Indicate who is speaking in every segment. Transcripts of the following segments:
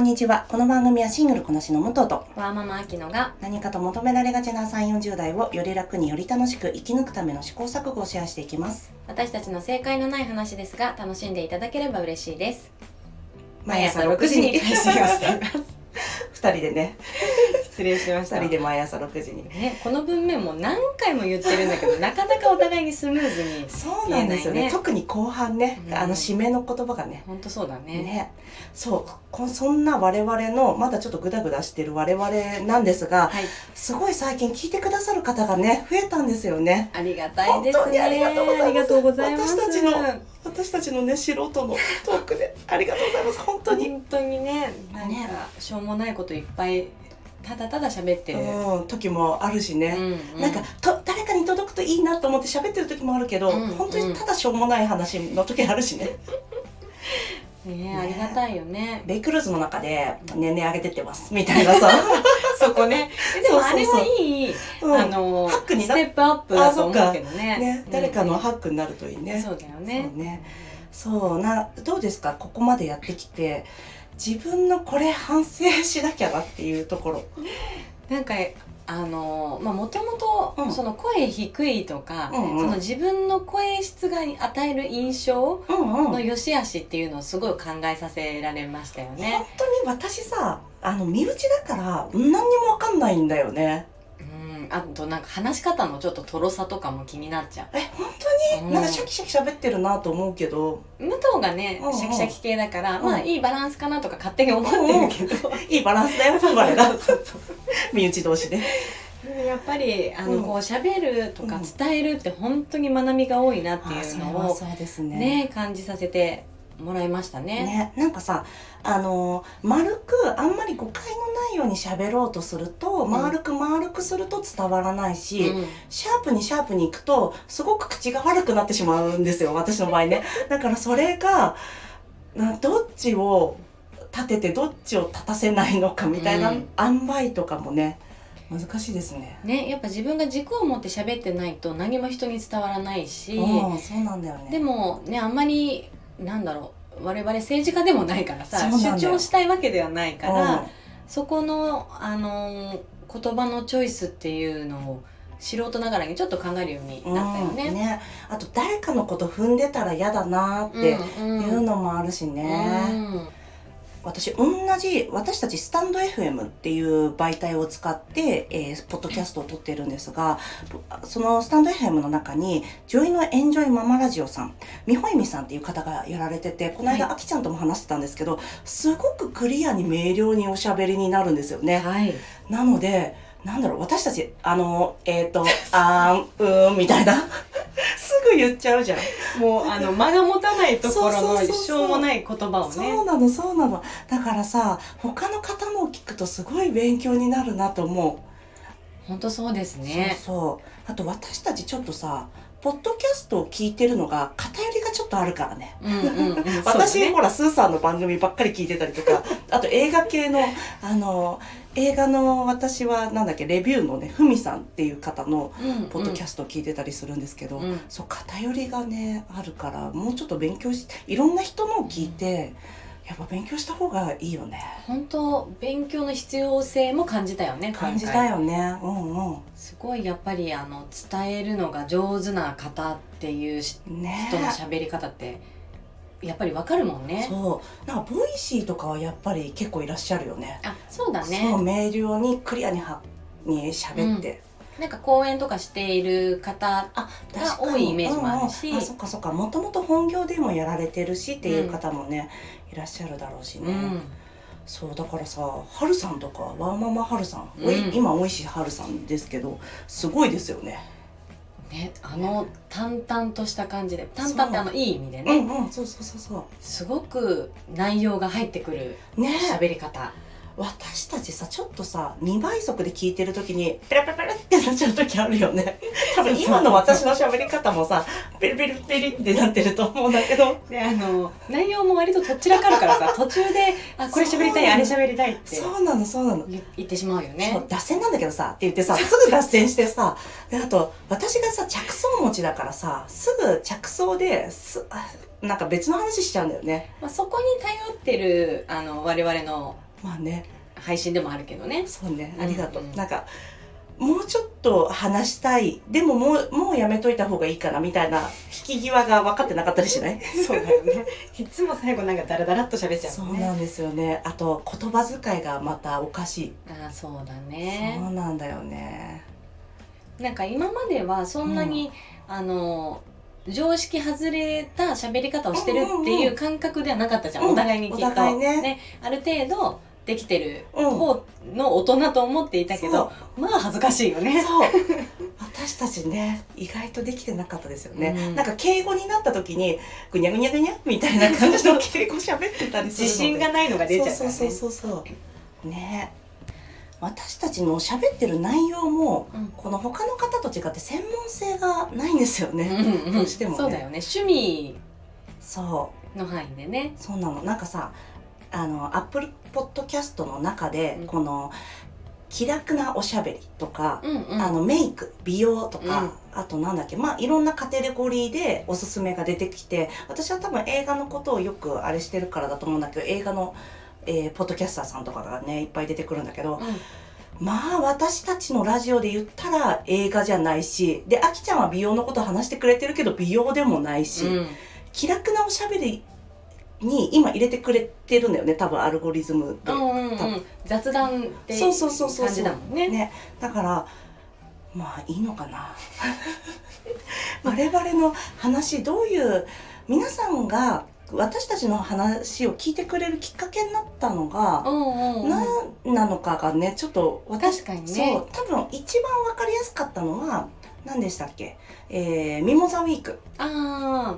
Speaker 1: んにちは。この番組はシングルこなしの武藤と
Speaker 2: ワーママ秋野が
Speaker 1: 何かと求められがちな3、40代をより楽により楽しく生き抜くための試行錯誤をシェアしていきます。
Speaker 2: 私たちの正解のない話ですが楽しんでいただければ嬉しいです
Speaker 1: 毎
Speaker 2: 毎
Speaker 1: 朝
Speaker 2: 朝
Speaker 1: 6時
Speaker 2: 6時
Speaker 1: に
Speaker 2: に
Speaker 1: 配信をしています。 二人でね、
Speaker 2: 失礼しま
Speaker 1: 二人で毎朝6時に。
Speaker 2: ね、この文面も何回も言ってるんだけどなかなかお互いにスムーズに
Speaker 1: そうなんですよね。
Speaker 2: 言えないね
Speaker 1: 特に後半ね、
Speaker 2: うん
Speaker 1: あの締めの言葉がね。
Speaker 2: 本当そうだね
Speaker 1: ね、そうこそんな我々のまだちょっとグダグダしてる我々なんですが
Speaker 2: はい
Speaker 1: すごい最近聞いてくださる方がね増えたんですよね
Speaker 2: ありがたいですね
Speaker 1: 本当にありがとうございます
Speaker 2: ありがとうございます
Speaker 1: 私たちの私たちのね素人のトークでありがとうございます本当に、
Speaker 2: 本当にねなん
Speaker 1: ね
Speaker 2: かしょうもないこといっぱいただただ喋ってる、
Speaker 1: うん、時もあるし
Speaker 2: う
Speaker 1: ね、
Speaker 2: ん
Speaker 1: なんかと誰かに届くといいなと思って喋ってる時もあるけど、
Speaker 2: うん
Speaker 1: 本当にただしょうもない話の時あるしね、
Speaker 2: ねありがたいよね
Speaker 1: ベイクルーズの中で年々上げてってますみたいなさ、
Speaker 2: そこねえでもあれ
Speaker 1: そうそうそう
Speaker 2: はいい
Speaker 1: うん
Speaker 2: あの
Speaker 1: ハックに
Speaker 2: ス
Speaker 1: な
Speaker 2: テップアップだと思うけどね
Speaker 1: ね
Speaker 2: う、ん
Speaker 1: 誰かのハックになるといいね、
Speaker 2: そうだよ
Speaker 1: そ
Speaker 2: ね
Speaker 1: うねそうなどうですかここまでやってきて自分のこれ反省しなきゃなっていうところ、
Speaker 2: なんかあのまあもとも
Speaker 1: うん
Speaker 2: とその声低いとか、
Speaker 1: うんうん
Speaker 2: その自分の声質が与える印象
Speaker 1: うんうん、
Speaker 2: の
Speaker 1: 本
Speaker 2: 良し悪しっていうのをすごい考えさせられましたよね。
Speaker 1: 当に私さあの身内だから何にもわかんないんだよね
Speaker 2: うん、あとなんか話し方のちょっととろさとかも気になっちゃ
Speaker 1: え本
Speaker 2: う。
Speaker 1: 当
Speaker 2: う
Speaker 1: になんかシャキシャキ喋ってるなと思うけど、
Speaker 2: 武藤がね
Speaker 1: うんうん
Speaker 2: シャキシャキ系だから、
Speaker 1: うん
Speaker 2: まあいいバランスかなとか勝手に思ってるけど、
Speaker 1: いいバランスだよそれが身内同士で
Speaker 2: やっぱりあ
Speaker 1: うん
Speaker 2: のこう喋ると
Speaker 1: う
Speaker 2: か
Speaker 1: ん
Speaker 2: 伝えるって本当に学びが多いなっていうのを
Speaker 1: そうです
Speaker 2: ね感じさせてもらいましたね。
Speaker 1: ね、なんかさあのー丸くあんまり誤解のないように喋ろうとすると
Speaker 2: ん
Speaker 1: 丸く丸くすると伝わらないし、
Speaker 2: うん
Speaker 1: シャープにシャープに行くとすごく口が悪くなってしまうんですよ私の場合ねだからそれがなどっちを立ててどっちを立たせないのかみたいな、
Speaker 2: うん
Speaker 1: 塩梅とかもね難しいですね。
Speaker 2: ね、やっぱ自分が軸を持って喋ってないと何も人に伝わらないし、
Speaker 1: うん、そうなんだよね。
Speaker 2: でもねあんまりなんだろう我々政治家でもないからさ
Speaker 1: そうなんだ
Speaker 2: 主
Speaker 1: よ
Speaker 2: 張したいわけではないから、
Speaker 1: うん
Speaker 2: そこの、あのー言葉のチョイスっていうのを素人ながらにちょっと考えるようになったよ
Speaker 1: うん
Speaker 2: ね。
Speaker 1: ねあと誰かのこと踏んでたら嫌だなーって
Speaker 2: うん
Speaker 1: いうのもあるし
Speaker 2: うん
Speaker 1: ね。
Speaker 2: うん
Speaker 1: 私同じ私たちスタンド FM っていう媒体を使って、えーポッドキャストを撮ってるんですがそのスタンド FM の中に女医のエンジョイママラジオさん美穂恵美さんっていう方がやられててこの間、
Speaker 2: は
Speaker 1: あきちゃんとも話してたんですけどすごくクリアに明瞭におしゃべりになるんですよね
Speaker 2: はい、
Speaker 1: なのでなんだろう私たちあのえっ、と「あーんうーん」みたい なすぐ言っちゃうじゃん
Speaker 2: もうあの間が持たないところ
Speaker 1: そう
Speaker 2: の
Speaker 1: そうそうそう
Speaker 2: しょうもない言葉を
Speaker 1: そ
Speaker 2: ね
Speaker 1: うなのそうなのだからさ他の方のを聞くとすごい勉強になるなと思
Speaker 2: 本当そうです
Speaker 1: う、
Speaker 2: ね。
Speaker 1: そうそうあと私たちちょっとさポッドキャストを聞いてるのが偏りがちょっとあるからね
Speaker 2: うんうんうん、そうだ
Speaker 1: 私、
Speaker 2: ね
Speaker 1: ほらスーさんの番組ばっかり聞いてたりと かあと映画系のあの映画の私はなんだっけレビューのねふみさんっていう方のポッドキャストを聞いてたりするんですけど、
Speaker 2: うんうん
Speaker 1: そう偏りがねあるからもうちょっと勉強していろんな人のを聞いてやっぱ勉強した方がいいよね
Speaker 2: 本当勉強の必要性も感じたよね
Speaker 1: 感じ
Speaker 2: 今
Speaker 1: た
Speaker 2: 回
Speaker 1: よねうんう
Speaker 2: すごいやっぱりあの伝えるのが上手な方っていうし
Speaker 1: んね
Speaker 2: 人の喋り方ってやっぱりわかるもんね
Speaker 1: そうなんかボイシーとかはやっぱり結構いらっしゃるよね
Speaker 2: あそうだ
Speaker 1: そう
Speaker 2: ね
Speaker 1: 明瞭にクリアにはに喋って、
Speaker 2: なんか講演とかしている方
Speaker 1: あ
Speaker 2: が多いイメージもあるし
Speaker 1: うんうんあそっかそっかもともと本業でもやられてるしっていう方もね、いらっしゃるだろうし
Speaker 2: う
Speaker 1: ね、
Speaker 2: ん
Speaker 1: そうだからさはるさんとかワーママはるさん、
Speaker 2: うん
Speaker 1: おい今おいしいはるさんですけどすごいですよね
Speaker 2: ねあの淡々とした感じで淡々ってあのいい意味で
Speaker 1: う
Speaker 2: ね
Speaker 1: んうんそうそうそうそ
Speaker 2: すごく内容が入ってくる
Speaker 1: うねえ
Speaker 2: 喋り方
Speaker 1: 私たちさちょっとさ2倍速で聞いてる時にペラペラペラってなっちゃう時あるよ ね多分今の私の喋り方もさペリペリペリってなってると思うんだけど
Speaker 2: であの内容も割ととっちらかるからさ途中であこれ喋りたいあれ喋りたいって
Speaker 1: そうなのそうなの、
Speaker 2: 言言ってしまうよね
Speaker 1: そう脱線なんだけどさって言ってさすぐ脱線してさであと私がさ着想持ちだからさすぐ着想ですあなんか別の話しちゃうんだよね
Speaker 2: まあ、そこに頼ってるあの我々の
Speaker 1: まあね
Speaker 2: 配信でもあるけどね
Speaker 1: そうねありがとう、
Speaker 2: うんうん
Speaker 1: なんかもうちょっと話したいでももうもうやめといた方がいいかなみたいな引き際が分かってなかったりしない
Speaker 2: そうだよねいつも最後なんかダラダラっと喋っちゃ
Speaker 1: そうう
Speaker 2: ね
Speaker 1: なんですよねあと言葉遣いがまたおかしい、
Speaker 2: あーそうだ
Speaker 1: そ
Speaker 2: ね
Speaker 1: うなんだよね
Speaker 2: なんか今まではそんなに、あの常識外れた喋り方をしてるっていう感覚ではなかったじゃん、
Speaker 1: うんうん
Speaker 2: お互いにきっと
Speaker 1: お互いね
Speaker 2: ある程度できてる
Speaker 1: うん
Speaker 2: 方の大人と思っていたけど、まあ恥ずかしいよね
Speaker 1: そう私たちね意外とできてなかったですよね、
Speaker 2: うん
Speaker 1: なんか敬語になった時にぐにゃぐにゃぐにゃみたいな感じの敬語喋ってたりする
Speaker 2: 自
Speaker 1: ので
Speaker 2: 信がないのが出ちゃうから
Speaker 1: そう
Speaker 2: ね
Speaker 1: そうそうそうそうね私たちの喋ってる内容も
Speaker 2: うん
Speaker 1: この他の方と違って専門性がないんですよね、
Speaker 2: うんうん
Speaker 1: どうしてもね
Speaker 2: そうだよね趣味
Speaker 1: そう
Speaker 2: の範囲でね
Speaker 1: そうなのなんかさあのアップルポッドキャストの中で、
Speaker 2: うん
Speaker 1: この気楽なおしゃべりとか、
Speaker 2: うんうん
Speaker 1: あのメイク美容とか、
Speaker 2: うん
Speaker 1: あとなんだっけまあいろんなカテゴリーでおすすめが出てきて私は多分映画のことをよくあれしてるからだと思うんだけど映画の、えーポッドキャスターさんとかがねいっぱい出てくるんだけどまあ私たちのラジオで言ったら映画じゃないしであきちゃんは美容のこと話してくれてるけど美容でもないし、
Speaker 2: うん
Speaker 1: 気楽なおしゃべりに今入れてくれてるんだよね多分アルゴリズム
Speaker 2: う
Speaker 1: で、
Speaker 2: んうんうん雑談って
Speaker 1: そうそうそうそう
Speaker 2: 感じだもんね
Speaker 1: ねだからまあいいのかな 我々の話どういう皆さんが私たちの話を聞いてくれるきっかけになったの
Speaker 2: う
Speaker 1: が、
Speaker 2: んうんうん
Speaker 1: 何なのかがねちょっと私
Speaker 2: 確かに
Speaker 1: そ
Speaker 2: ね
Speaker 1: う多分一番わかりやすかったのは何でしたっけ、えー、ミモザウィーク
Speaker 2: あ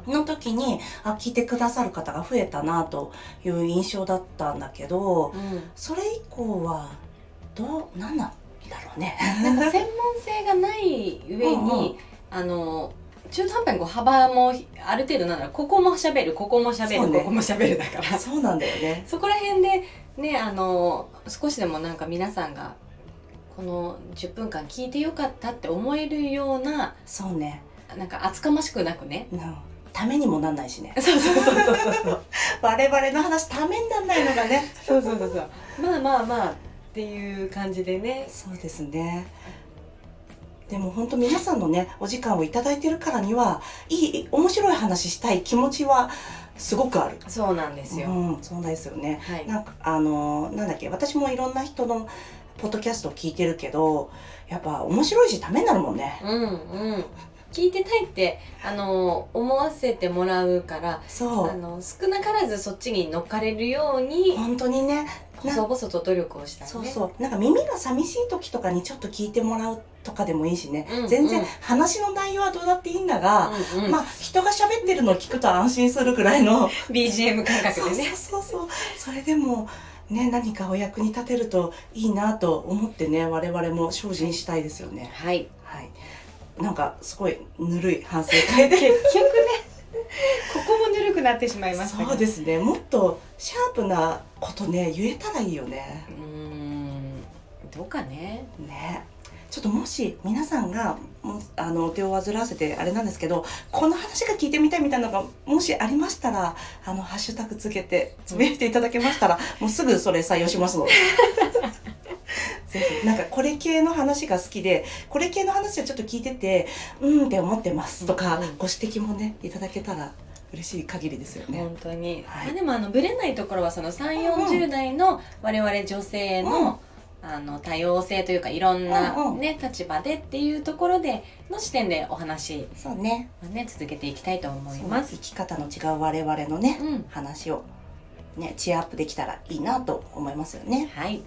Speaker 1: の時にあ聞いてくださる方が増えたなという印象だったんだけど
Speaker 2: あうん
Speaker 1: それ以降はどう何なんだろうね。
Speaker 2: なんか専門性がない上
Speaker 1: う
Speaker 2: に、
Speaker 1: んうん
Speaker 2: あの中途半端にこう幅もある程度なんだろうここも喋るここも喋
Speaker 1: そう
Speaker 2: る、
Speaker 1: ね
Speaker 2: ここも喋るだから
Speaker 1: そうなんだよね。
Speaker 2: そこら辺でねあの少しでもなんか皆さんがこの10分間聞いてよかったって思えるような
Speaker 1: そうね。
Speaker 2: なんか厚かましくなくね
Speaker 1: うんためにもなんないしね。
Speaker 2: そうそうそうそう
Speaker 1: 我々の話ためにならないのが ね。
Speaker 2: そうそうそうそうまあまあまあっていう感じでね
Speaker 1: そうですね。でも本当皆さんのねお時間をいただいてるからにはいい面白い話したい気持ちはすごくある。
Speaker 2: そうなんですよ、
Speaker 1: うん、そうなんですよね。
Speaker 2: はい
Speaker 1: なんかあのなんだっけ私もいろんな人のポッドキャストを聞いてるけどやっぱ面白いしためになるもんね。
Speaker 2: うんうん聞いてたいってあの思わせてもらうから
Speaker 1: そ
Speaker 2: あ
Speaker 1: う
Speaker 2: の少なからずそっちに乗っかれるように
Speaker 1: 本当にねな
Speaker 2: 細々と努力をしたいね
Speaker 1: そうそうなんか耳が寂しい時とかにちょっと聞いてもらうとかでもいいしね、
Speaker 2: うん
Speaker 1: 全
Speaker 2: う
Speaker 1: 然
Speaker 2: ん
Speaker 1: 話の内容はどうだっていいんだが、
Speaker 2: うんうん
Speaker 1: まあ人が喋ってるのを聞くと安心するくらいの
Speaker 2: BGM 感覚
Speaker 1: そうそ
Speaker 2: で
Speaker 1: う
Speaker 2: ね
Speaker 1: そうそうそれでもね何かお役に立てるといいなと思ってね我々も精進したいですよね。
Speaker 2: はい
Speaker 1: はい。なんかすごいぬるい反省会で。
Speaker 2: 結局ねここもぬるくなってしまいましたけど
Speaker 1: そうですね。もっとシャープなことね言えたらいいよね
Speaker 2: う。ーんどうかね
Speaker 1: ね。ちょっともし皆さんがもうあのお手を煩わせてあれなんですけどこの話が聞いてみたいみたいなのがもしありましたらあのハッシュタグつけてつぶやいていただけましたらもうすぐそれ採用し ますのでぜひなんかこれ系の話が好きでこれ系の話をちょっと聞いててうんって思ってますとか、
Speaker 2: うんうん
Speaker 1: ご指摘もねいただけたら嬉しい限りですよね。
Speaker 2: 本当に、
Speaker 1: はい
Speaker 2: まあでもあのブレないところはその3
Speaker 1: うんうん
Speaker 2: 4 0代の我々女性の,、あの多様性というかいろん
Speaker 1: うん
Speaker 2: な、
Speaker 1: うん
Speaker 2: ね立場でっていうところでの視点でお話
Speaker 1: そうね
Speaker 2: をね続けていきたいと思い
Speaker 1: そう
Speaker 2: ま
Speaker 1: 生
Speaker 2: す。
Speaker 1: き方の違う我々のね、
Speaker 2: うん
Speaker 1: 話をねチアアップできたらいいなと思いますよね。
Speaker 2: はい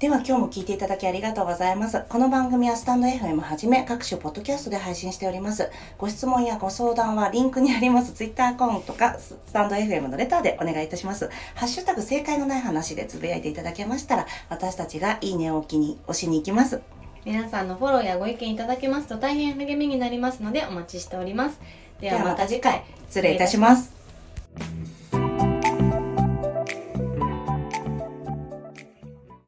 Speaker 1: では今日も聞いていただきありがとうございます。この番組はスタンド FM はじめ各種ポッドキャストで配信しております。ご質問やご相談はリンクにありますツイッターアカウントかススタンド FM のレターでお願いいたします。ハッシュタグ正解のない話でつぶやいていただけましたら私たちがいいねを気に押しに行きます。
Speaker 2: 皆さんのフォローやご意見いただけますと大変励みになりますのでお待ちしております。ではまた次回
Speaker 1: 失礼いたします。